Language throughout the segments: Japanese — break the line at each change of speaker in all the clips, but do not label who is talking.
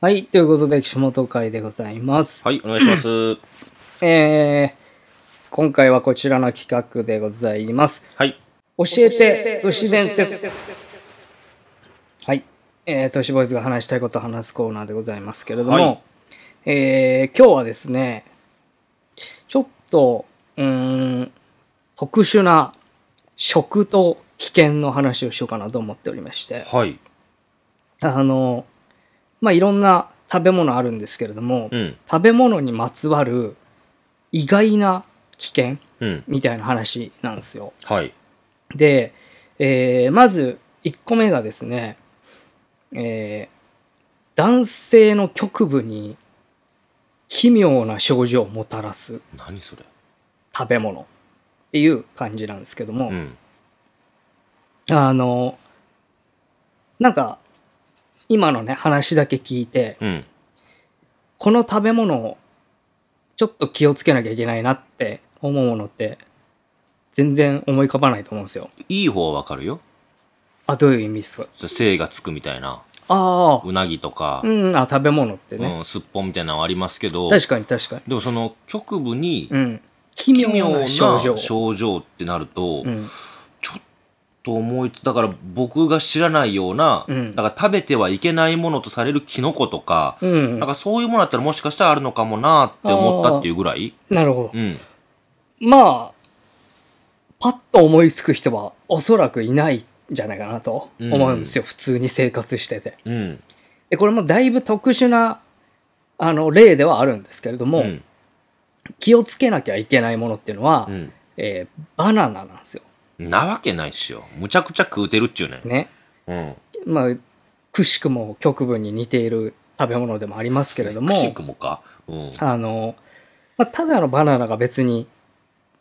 はい、ということで、岸本会でございます。
はい、お願いします。
えー、今回はこちらの企画でございます。
はい。
教えて、都市伝説。はい、えー、都市ボーイズが話したいことを話すコーナーでございますけれども、
はい
えー、今日はですね、ちょっと、うーん、特殊な食と危険の話をしようかなと思っておりまして。
はい。
あの、まあ、いろんな食べ物あるんですけれども、
うん。
食べ物にまつわる意外な危険
うん。
みたいな話なんですよ。
はい。
で、えーまず1個目がですね、えー男性の局部に奇妙な症状をもたらす
何それ。
食べ物っていう感じなんですけども、
うん。
あの、なんか、今のね、話だけ聞いて、
うん。
この食べ物をちょっと気をつけなきゃいけないなって思うものって全然思い浮かばないと思うんですよ。
いい方はわかるよ。
あ、どういう意味ですか
そ精がつくみたいな。
ああ、
うなぎとか、
うん、あ、食べ物って
う
ね。
ん、すっぽんみたいなのありますけど、
確かに確かに。
でもその局部に
うん。奇
奇
妙
妙
な
な
症状。
症状ってなると、
うん、
ちょっと思いつ、だから僕が知らないような、
うん
だから食べてはいけないものとされるキノコとか、
うん
なんかそういうものだったらもしかしたらあるのかもなーって思ったっていうぐらい。
なるほど
う。ん。
まあ、パッと思いつく人はおそらくいないんじゃないかなと思うんですよ。普通に生活してて。
うん。
で、これもだいぶ特殊な、あの、例ではあるんですけれども、
ん。
気をつけなきゃいけないものっていうのは、
うん。
えーバナナなんですよ。
なわけないっしょ。むちゃくちゃ食うてるっちゅうねん。
ね。
うん。
まあ、くしくも局部に似ている食べ物でもありますけれども
く、しくもか。うん。
あの、まあ、ただのバナナが別に、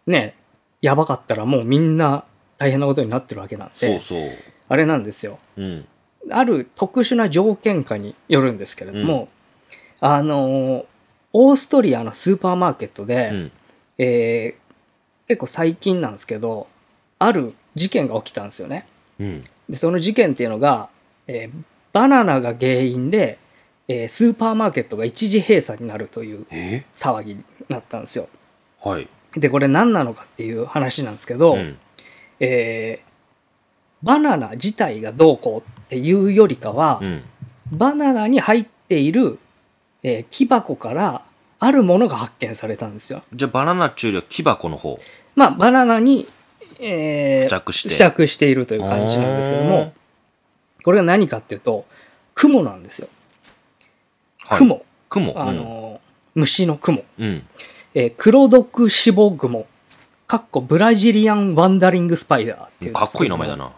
ね、やばかったらもうみんな大変なことになってるわけなん
そう
で、
そう。
あれなんですよ。
うん。
ある特殊な条件下によるんですけれども、あの、オーストリアのスーパーマーケットで、
うん。
えー結構最近なんですけど、ある事件が起きたんですよね。
うん。
でその事件っていうのが、えーバナナが原因で、えースーパーマーケットが一時閉鎖になるという
え
騒ぎになったんですよ。
はい。
でこれ何なのかっていう話なんですけど、
うん。
えーバナナ自体がどうこうっていうよりかは、
うん。
バナナに入っている、えー木箱からあるものが発見されたんですよ。
じゃあバナナっちゅうよりは木箱の方。
まあバナナに、えー
付着して
付着しているという感じなんですけどもこれが何かっていうと雲なんですよ。
あー。はい。
雲。
雲。
あの、虫の雲。
うん。うん。
えー、黒毒シボグモ。かっこブラジリアンワンダリングスパイダーっていうんですけど
かっこいい名前だ。な。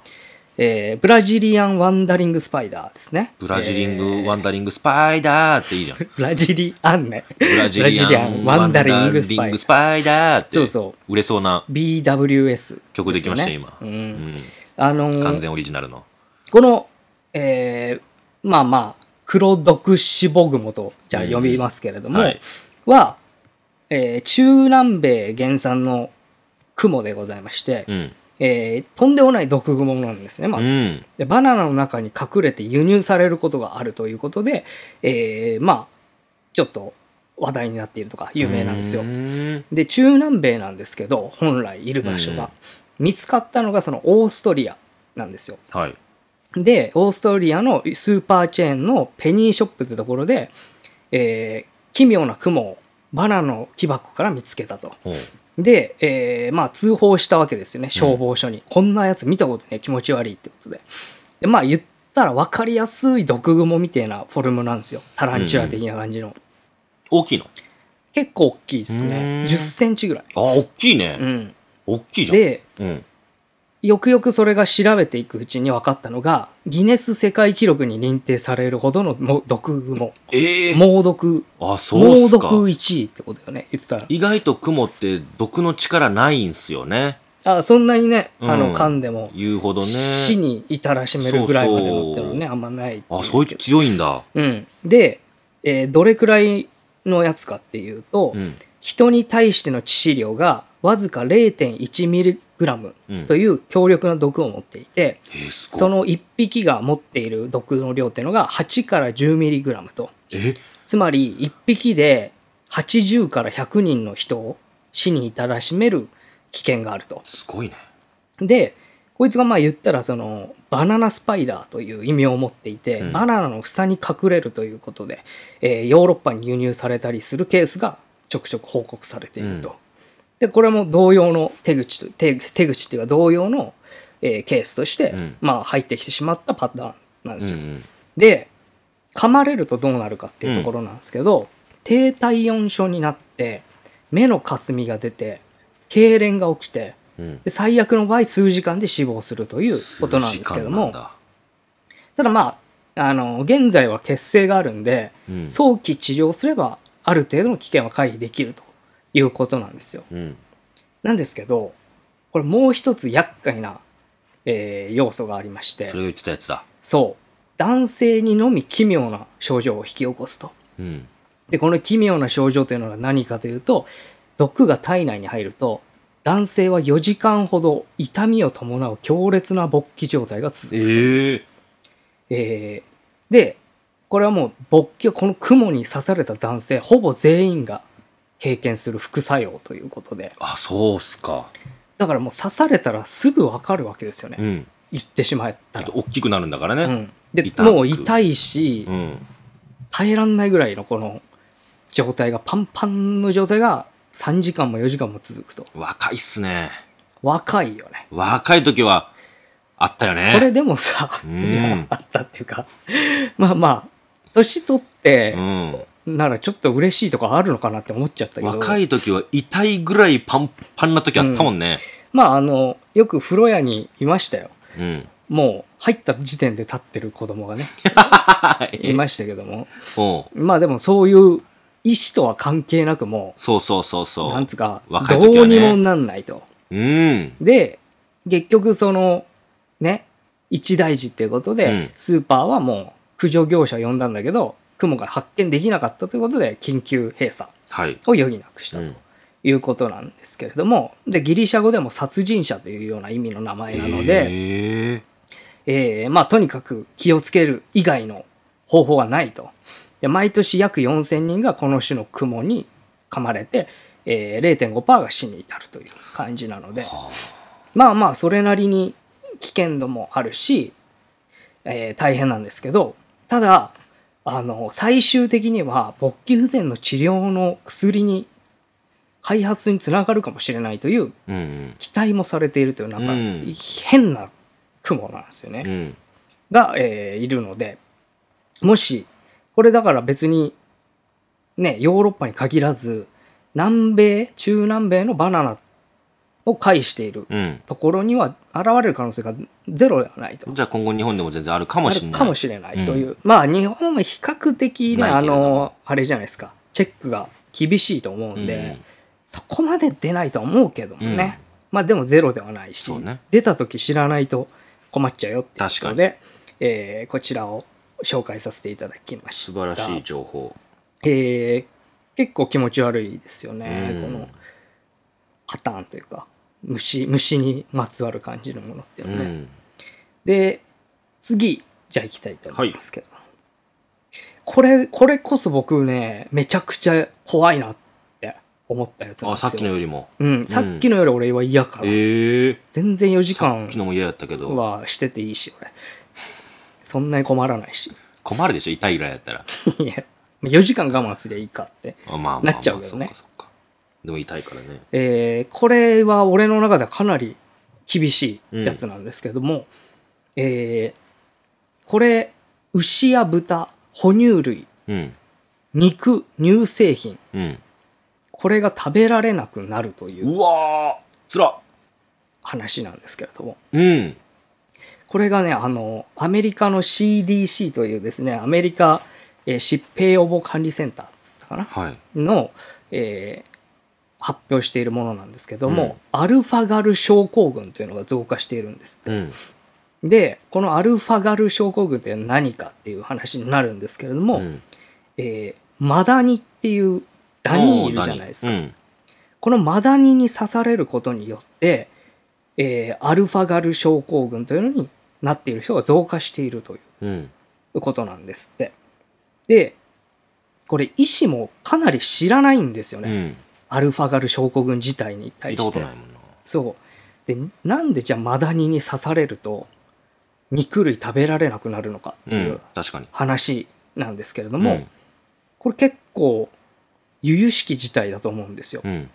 えーブラジリアンワンダリングスパイダーですね。
ブラジリング、ワン
ダ
ダリング、スパイダーっていいじゃん。ブ
ブラジリアンね。
ラジリアン、ワンダリング、スパイダーって。。
そうそう
売れそうな
う。BWS、
曲できましたよ、
です
今。
よね
う
うん。
ん。
あのー
完全オリジナルの。
この、えーまあまあ、黒毒シボグモと、じゃあ読みますけれども、
はい。
は、えー中南米原産の雲でございまして、
うん。
えーとんでもない毒蜘蛛なんですね、ま
う
ず、
ん。
で。バナナの中に隠れて輸入されることがあるということで、えーまあ、ちょっと話題になっているとか、有名なんですよ
う。ん
で、中南米なんですけど、本来いる場所が。見つかったのが、そのオーストリアなんですよ。
はい。
で、オーストリアのスーパーチェーンのペニーショップってところで、えー奇妙な雲をバナナの木箱から見つけたと。
ほう
で、えーまあ通報したわけですよね、消防署に。こんなやつ見たことね、気持ち悪いってことで。で、まあ言ったら分かりやすい毒蜘蛛みたいなフォルムなんですよ。タランチュラ的な感じの。
大きいの
結構大きいです
う
ね。
ん
10センチぐらい。
あ、大きいね。
うん。
大きいじゃん。
で、
うん。
よくよくそれが調べていくうちに分かったのが、ギネス世界記録に認定されるほどのも毒蜘蛛。
ええ
猛毒、
あ、そうっ
猛
すか。
毒1位ってことよね、言ってたら。
意外と雲って毒の力ないんすよね。
あ、そんなにね、あ
う
の、
ん
噛んでも、
言うほどね。
死に至らしめるぐらいまでのってのはね、
そうそう
あんまないって
あ、そういう強いんだ。
うん。で、えーどれくらいのやつかっていうと、
うん。
人に対しての致死量がわずか0.1ミリグラム
うん
という強力な毒を持っていて、
えー、すごい。
その1匹が持っている毒の量っていうのが8から10ミリグラムと、
え
つまり1匹で80から100人の人を死に至らしめる危険があると。
すごいね。
で、こいつがまあ言ったらそのバナナスパイダーという異名を持っていて、
うん
バナナの房に隠れるということで、えーヨーロッパに輸入されたりするケースがちょくちょく報告されていると。
うん
で、これも同様の手口と、手手口というか同様の、えーケースとして、
うん
まあ入ってきてしまったパターンなんです
う
よ。
んうん。
で、噛まれるとどうなるかっていうところなんですけど、低体温症になって、目のかすみが出て、痙攣が起きて、
うん
で最悪の場合数時間で死亡するということなんですけども
数時間なんだ
ただまああの現在は血清があるんで
うん、
早期治療すればある程度の危険は回避できるということなんですよ
うん。
なんですけどこれもう一つ厄介な、えー要素がありまし
それ
て
が言ってたやつだ。
そう男性にのみ奇妙な症状を引き起こすと
うん。
でこの奇妙な症状というのが何かというと毒が体内に入ると男性は4時間ほど痛みを伴う強烈な勃起状態が続く、
ええ
えーでこれはもう勃起この雲に刺された男性ほぼ全員が経験する副作用ということで
あ、そうっすか。
だからもう刺されたらすぐ分かるわけですよね、
うん。
言ってしまった
あ
ら
と、、大きくなるんだからね。
うん、で
痛く
もう痛いし、
うん。
耐えらんないぐらいのこの状態がパンパンの状態が3時間も4時間も続くと
若いっすね。
若いよね
若い時は、あったよね。
これでもさ、
うん
いやあったっていうか まあまあ年取って
うん。
ならちょっと嬉しいとかあるのかなって思っちゃったけど
若い時は痛いぐらいパンパンな時あったもんね。
まああのよく風呂屋にいましたよ
うん。
もう入った時点で立ってる子供 がねいましたけども
おう
まあでもそういう意思とは関係なくも
そうそうそう
う
そ
なん
う。
つうか、
若い時はね
どうにもなんないと
うん。
で、結局その、ね、一大事っていうことで、
うん
スーパーはもう駆除業者呼んだんだけど、雲が発見できなかったということで、緊急閉鎖
はい。
を余儀なくし
う
たと
ん。
いうことなんですけれども、で、ギリシャ語でも殺人者というような意味の名前なので、
へえ
えーまあ、とにかく気をつける以外の方法はないと。で毎年約4000人がこの種の雲に噛まれて、えー、0.5%が死に至るという感じなので、
は
まあまあそれなりに危険度もあるし、えー大変なんですけどただあの最終的には勃起不全の治療の薬に開発につながるかもしれないという
あうん
期待もされているというなんか、
うん
変な雲なんですよね、
うん。うん。
が、えーいるのでもしこれだから別にねヨーロッパに限らず南米中南米のバナナを介している
うん。
ところには現れる可能性がゼロではないと。
じゃあ今後日本でも全然あるかも
あ
しれ
る
ない。
かもしれないという、まあ日本は比較的ね、
ない
あ
けれども
の、あれじゃないですか、チェックが厳しいと思うんで、
うん
そこまで出ないとは思うけどもね、まあでもゼロではないし、
そうね
出た時知らないと困っちゃうよっていうことで、えーこちらを紹介させていただきました。
素晴らしい情報。
えー結構気持ち悪いですよね、
うん
このパターンというか虫虫にまつわる感じのものっていう
う
のはね、
ん。
で次じゃあ行きたいと思いますけど、これこれこそ僕ねめちゃくちゃ怖いなって思ったやつなん
あ、
ですよ
さっきのよりも。
うん、さっきのより俺は嫌から、
ええ。
全然4時
さっ
間
きのも嫌やったけど。
はしてていいし俺そんなに困らないし
困るでしょ痛いぐらいやったら。
いや4時間我慢すりゃいいかって
あまあまあまあ。
なっちゃうけどね
そっかそっか。でも痛いからね。
えーこれは俺の中ではかなり厳しいやつなんですけども、えーこれ牛や豚哺乳類
うん。
肉乳製品
うん。
これが食べられなくなるという
うわーつらっ
話なんですけれども
うん。
これがねあのアメリカの CDC というですねアメリカ、えー疾病予防管理センターっつったかな
はい。
の、えー発表しているものなんですけども、アルファガル症候群というのが増加しているんですって
うん。
でこのアルファガル症候群って何かっていう話になるんですけれども、
うん
えーマダニっていうダニいるじゃないですか、
うん
このマダニに刺されることによって、ええーアルファガル症候群というのになっている人が増加しているとい
うん。
うことなんですって。で、これ医師もかなり知らないんですよ
う
ね。
ん。
アルファガル症候群自体に
聞
対
いた
し
こ
て
と。ないもんな。
そう。で、なんでじゃあマダニに刺されると肉類食べられなくなるのかって
う。
いうん
確かに。
話なんですけれど
う
も、
ん
これ結構由々しき事態だと思うんですよ。
うん。
っ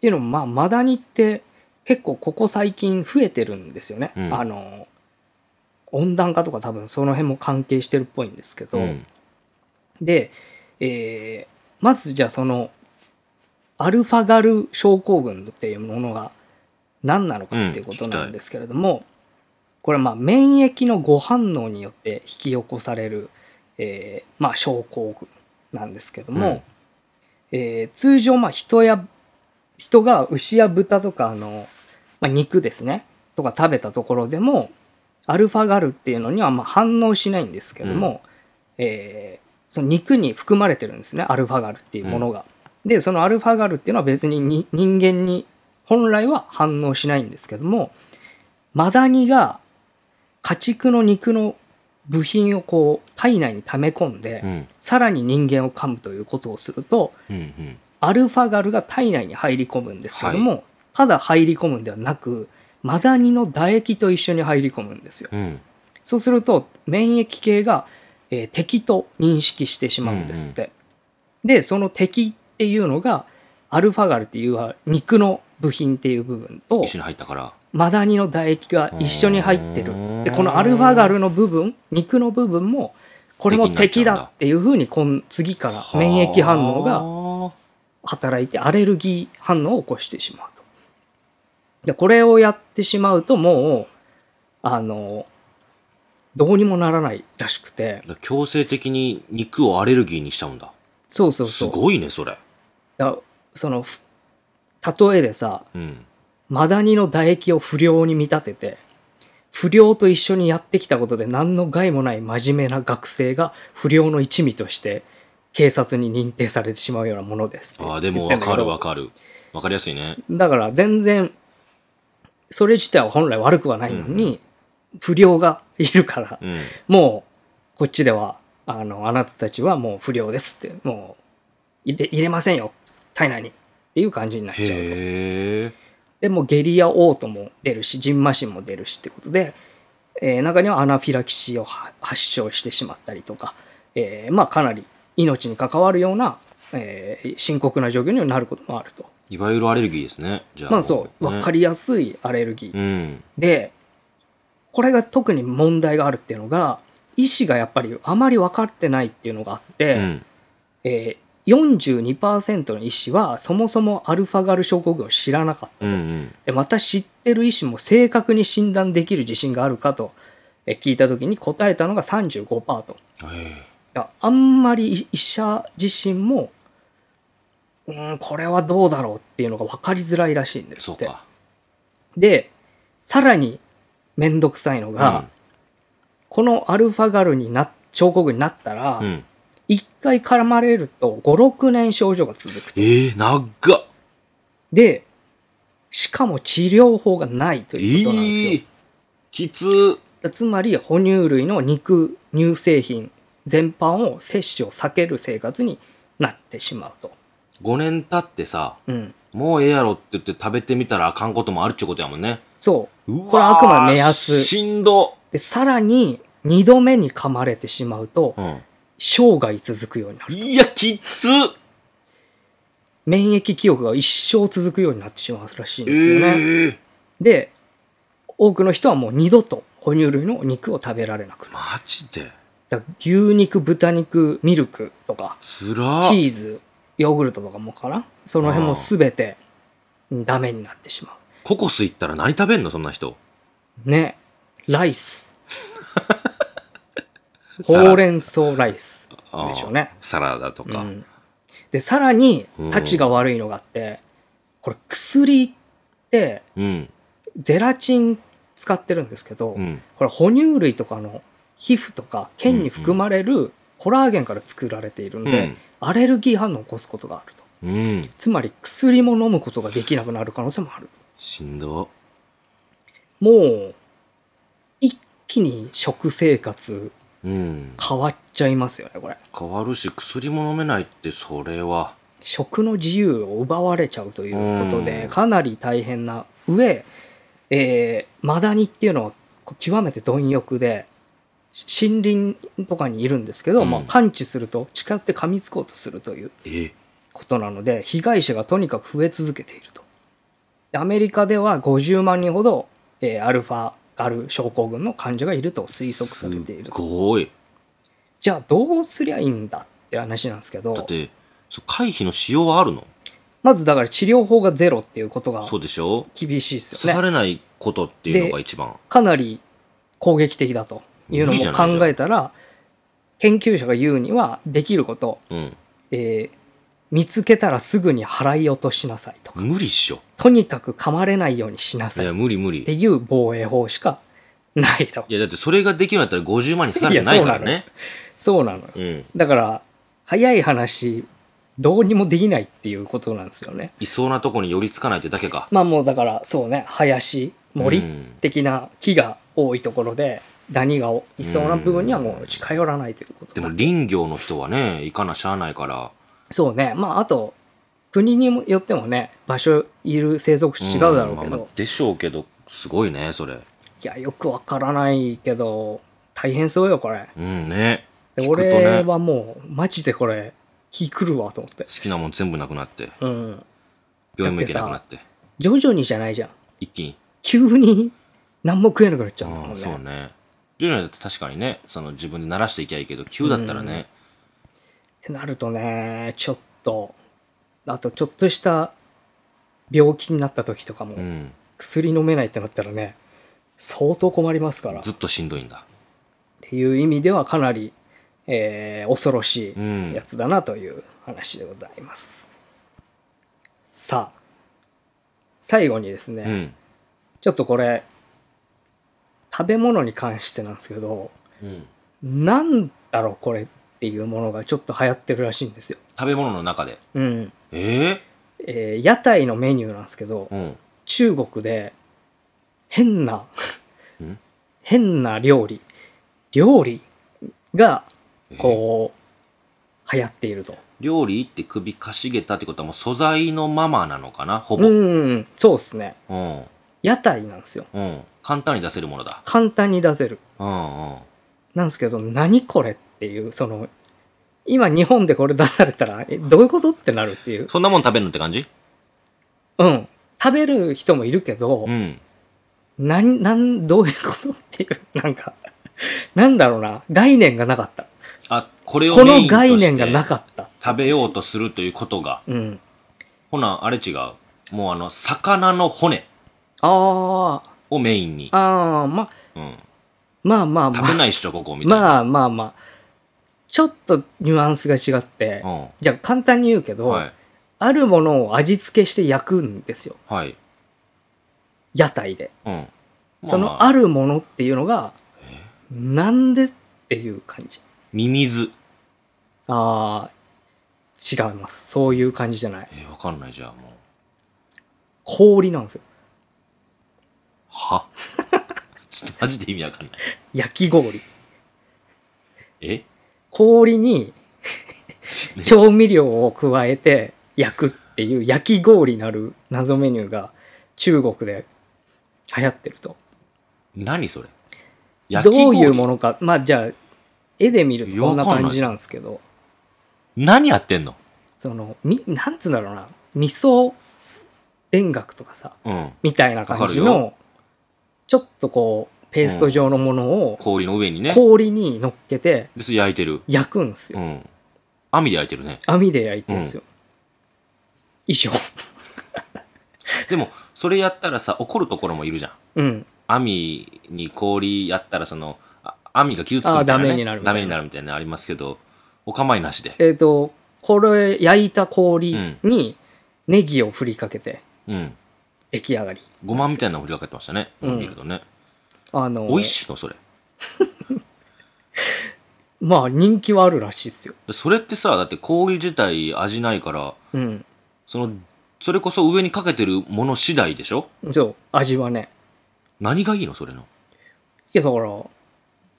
ていうのも、まあ、マダニって結構ここ最近増えてるんですよね。
うん
あの温暖化とか多分その辺も関係してるっぽいんですけど、
うん
で、えーまずじゃあそのアルファガル症候群っていうものが何なのかっていうことなんですけれども、これまあ免疫の誤反応によって引き起こされる、えーまあ、症候群なんですけども、
うん
えー通常まあ人や人が牛や豚とかあの、まあ、肉ですねとか食べたところでもアルファガルっていうのにはまあ反応しないんですけども、えーその肉に含まれてるんですねアルファガルっていうものが。でそのアルファガルっていうのは別にに人間に本来は反応しないんですけどもマダニが家畜の肉の部品をこう体内に溜め込んで、
うん。
さらに人間を噛むということをすると
うん。うん。
アルファガルが体内に入り込むんですけども、ただ入り込むんではなくマダニの唾液と一緒に入り込むんですよ
うん。
そうすると免疫系が、えー敵と認識してしまうんですって、でその敵っていうのがアルファガルっていうは肉の部品っていう部分と
一緒に入ったから。
マダニの唾液が一緒に入って
う
る
ーん
でこのアルファガルの部分肉の部分もこれも敵
敵になっちゃ
だ
うんだ
っていうふうにこん次から免疫反応が
は
働いてアレルギー反応を起こしてしまうと。でこれをやってしまうともうあのどうにもならないらしくて
あ。強制的に肉をアレルギーにしちゃうんだ。
そうそう
す
そう
ごいね、それ。
だそのふ例えでさ
うん。
マダニの唾液を不良に見立てて不良と一緒にやってきたことで何の害もない真面目な学生が不良の一味として警察に認定されてしまうようなものですって
ああ、で
言
もわ
ってんだ
か
けど
るわかる。わかりやすいね。
だから全然、それ自体は本来悪くはないのに、不良がいるから、
うん。
もう、こっちでは、あの、あなたたちはもう不良ですって、もう、入れ入れませんよ、体内に。っていう感じになっちゃうと。
へえ。
でもうゲリアオートも出るし、ジンマシンも出るしってことで、えー中にはアナフィラキシーをは発症してしまったりとか、えーまあかなり命に関わるような、えー深刻な状況にはなることもあると。
いわゆるアレルギーですね。じゃあ。
まあそう、わか
り。
りやすいアレルギー
うん。
で、これが特に問題があるっていうのが、医師がやっぱりあまり分かってないっていうのがあって、
うん。
えー、42%の医師はそもそもアルファガル症候群を知らなかった。
うんうん。
でまた知ってる医師も正確に診断できる自信があるかとえー聞いた時に答えたのが35%と。
へ
だからあんまり医医者自身も、うーん、これはどうだろうっていうのが分かりづらいらしいんで
え。
す
そ
っ
う
て。
か。
で、さらにめんどくさいのが、このアルファガルにな、症候群になったら
うん。う、ん。
一、回絡まれると5、6年症状が続くと。
ええ、長っ。
で、しかも治療法がないと
え
いうことなんですよ。
え。きつ。
つまり、哺乳類の肉、乳製品全般を摂取を避ける生活になってしまうと。
5年経ってさ、
うん。
もうええやろって言って食べてみたらあかんこともあるっちゅうことやもんね。
そう
わー
これあくまで目安
しんど。
う。で、さらに、二度目に噛まれてしまうと、
うん。
生涯続くようになる。
いや、きつっ
免疫記憶が一生続くようになってしまうらしいん
え
ですよね。
え
で多くの人はもう二度と哺乳類の肉を食べられなくなる
マジで
だから牛肉豚肉ミルクとか
つら
チーズヨーグルトとかもかなその辺も全てダメになってしま
ココス行ったら何食べんのそんな人。
うねライ スほ
サラ
うれん草ライス
あー
でしょうね
サラダとか。
うんでさらに
うん
たちが悪いのがあってこれ薬って
うん。
ゼラチン使ってるんですけど、
うん。
これ哺乳類とかの皮膚とか腱に含まれるコラーゲンから作られているの
う
で、
ん。
アレルギー反応を起こすことがあると
うん。
つまり薬も飲むことができなくなる可能性もある
しんど。
もう、一気に食生活
うん。
変わっちゃいますよね、これ。
変わるし、薬も飲めないって、それは。
食の自由を奪われちゃうということで、
うん
かなり大変な上、えーマダニっていうのは極めて貪欲でし森林とかにいるんですけど、
うん
まあ、感知すると近寄って噛みつこうとするという
え
ことなので被害者がとにかく増え続けているとでアメリカでは50万人ほど、えーアルファガル症候群の患者がいると推測されている
すごい。
じゃあどうすりゃいいんだって話なんですけ
だっ
ど
て、そう回避のしようはあるの
まずだから治療法がゼロっていうことが
そうでしょ
厳しいです
刺
よ
さ
ね。
れないことっていうのが一番。
かなり攻撃的だというの
いい
も
じゃない
考えたら、研究者が言うには、できること、
うん。
えー見つけたらすぐに払い落としなさいとか、
無理っしょ。
とにかく噛まれないようにしないさいっ
や、無理無理。
ていう防衛法しかないと。
いや、だってそれができるんだったら50万に刺されてないから
いや
ね。
そうなのよ。
うん。
だから、早い話、どうにもできないっていうことなんですよね。
いそうなとこに寄りつかないってだけか。
まあもうだから、そうね、林、森、
うん
的な木が多いところでダニがいそうな部分にはもう近寄らないということ
で
だ
も林業の人はね、行かなしゃあないから。
そうねまああと国によってもね場所いる生息地違うだろうけど、
んまあまあでしょうけど、すごいね、それ。
いやよくわからないけど大変そうよこれ
うんね。
で
聞くとね
俺はもうマジでこれ気狂うわと思って
好きなもん全部なくなって、
うん
病院も行けなくなって、
徐々にじゃないじゃん
一気に。
急に何も食えなくなっちゃうんだもん
うん、
ね
そうね。ジュニアだって確かにね、その自分で慣らしていきゃいいけど、急だったらね、
ってなるとねちょっとあとちょっとした病気になった時とかも、
うん、
薬飲めないってなったらね相当困りますからっ
ずっとしんどいんだ。
ていう意味ではかなり、えー恐ろし
う
い
ん
や。つだなという話でございます、さあ最後にですね、
うん。
ちょっとこれ食べ物に関してなんですけど
うん。
なんだろうこれっていうものがちょっと流行ってるらしいんですよ
食べ物の中で。
うん、
え
えー屋台のメニューなんですけど
えうん。
中国で変な
うん
変な料理料理が
え
こう流行っていると
料理って首かしげたってことはもう素材のままなのかなほぼ。
う
うん。
んそうですね
うん。
屋台なんですよ
簡単に出せるものだ。
簡単に出せる
うんうん。
なんですけど何これっていうその今日本でこれ出されたらえどういうことってなるっていう
そんなもん食べるのって感じ
うん食べる人もいるけど、
うん。
なん、なん、どういうことっていう、なんか、なんだろうな、概念がなかった。
あ、これを
こ
メイ
の
ンと
概
し
念がな
て
かった。
食べようとするということが。
うん。
ほな、あれ違う。もうあの、魚の骨
ああ、
をメインに。
ああ、ま、
うん。
まあまあまあ
食べないっしょ、ここ、みた
ま
いな。
あまあまあ。ちょっとニュアンスが違って、
あ。
じゃあ簡単に言うけ
う
ど、
ん。はい。
あるものを味付けして焼くんですよ。
はい。
屋台で。
うん。まあ
そ
ま
の
あ
あるものっていうのが、なんでっていう感じ。
ミミズ。
ああ、違います。そういう感じじゃない。
えー、わかんない、じゃあもう。
氷なんですよ。
は ちょっとマジで意味わかんない。
焼き氷。
え
氷 に
ちょっとね
調味料を加えて焼くっていう焼き氷なる謎メニューが中国で流行ってると。
何それ
どういうも
の
のか、まあじゃあ、絵で見るとこんな感じなんですけど、
何やってんの
その、み、なんつうんだろうな、味噌田楽とかさ、
うん。
みたいな感じ
わかる
の、ちょっとこう、ペースト状のものを
氷の上にね。
氷に乗っけて
で、それ焼いてる。
焼くんです
う
よ。
ん。網で焼いてるね。
網で焼いてるんですよ。以上。
でも、それやったらさ、怒るところもいるじゃん。
うん。
網に氷やったら、その、あ網が傷つくみた
あ
いな、
ダ
ね。
メになるみたいな
ダメになるみたいなのありますけど、お構いなしで。
えっ、と、これ、焼いた氷にネギを振りかけて
うん。
出来上がり。
ごまみたいなの振りかけてましたね。
うん
見るとね。
あの、
美味しいのそれ。
まあ、人気はあるらしいっすよ。
でそれってさ、だって氷自体味ないから、
うん。
その、それこそ上にかけてるもの次第でしょ
そう、味はね。
何がいいのそれの。
いや、だから、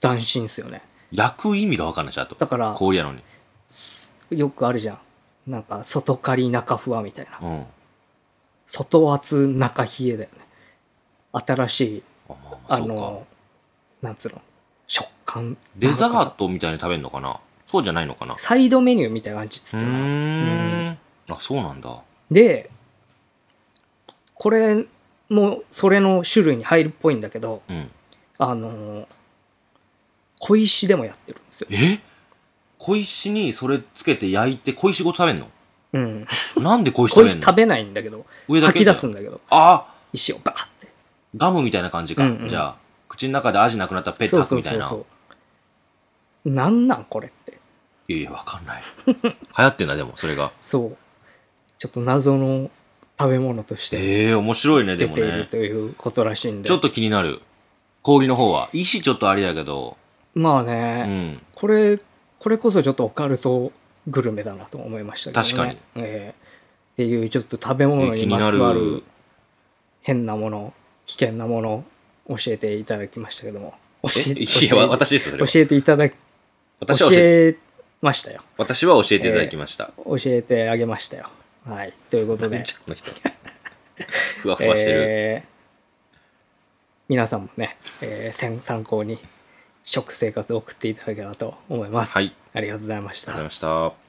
斬新っすよね。
焼く意味がわかんないし、あと。
だから、
氷やのに。
すよくあるじゃん。なんか、外刈り中ふわみたいな。
うん。あ
外厚中冷えだよね。新しい、
まあまあ、
あ
そうか。
の、なんつうの、食感。
デザートみたいに食べるのかなそうじゃないのかなう
サイドメニューみたいな感じっつってたな
ーん。あ、そうなんだ。
で、これもそれの種類に入るっぽいんだけど、
うん。
あの、小石でもやってるんですよ。
え小石にそれつけて焼いて小石ごと食べんの
うん。
なんで小石食
小
べん
石
の
食べないんだけど、
上だ
吐
け
き出す
あ
んだけど、
あ
石をバカって。
ガムみたいな感じか。
うんうん
じゃあ、口の中で味なくなったらペッて吐くみたいな。
う。なんなんこれって。
いやいや、わかんない。流行ってんだ、でも、それが。
そう。ちょっと謎の食べ物として
ええ面白いね、
出
でも
ている
ね。
ということらしいんで。
ちょっと気になる。氷の方は。石ちょっとあれやけど、
まあ
う
ね、
ん。
これ、これこそちょっとオカルトグルメだなと思いましたけどね。
確かに
ええっていうちょっと食べ物に
気にな
まつわる
る。
変なもの、危険なもの、教えていただきましたけども。教え
え
て、
い
教えて
や、わ私です、それは。
教えていただき、
私は
教
教え、
えましたよ。
私は教えていただきました。
教えてあげましたよ。はい。ということ
なん
で
じ。ゃこの人。ふわふわしてる。
えー皆さんもね、えー参参考に食生活を送っていただければと思います。
はい。
ありがとうございまし
ありがとうご
た
ざい。ました。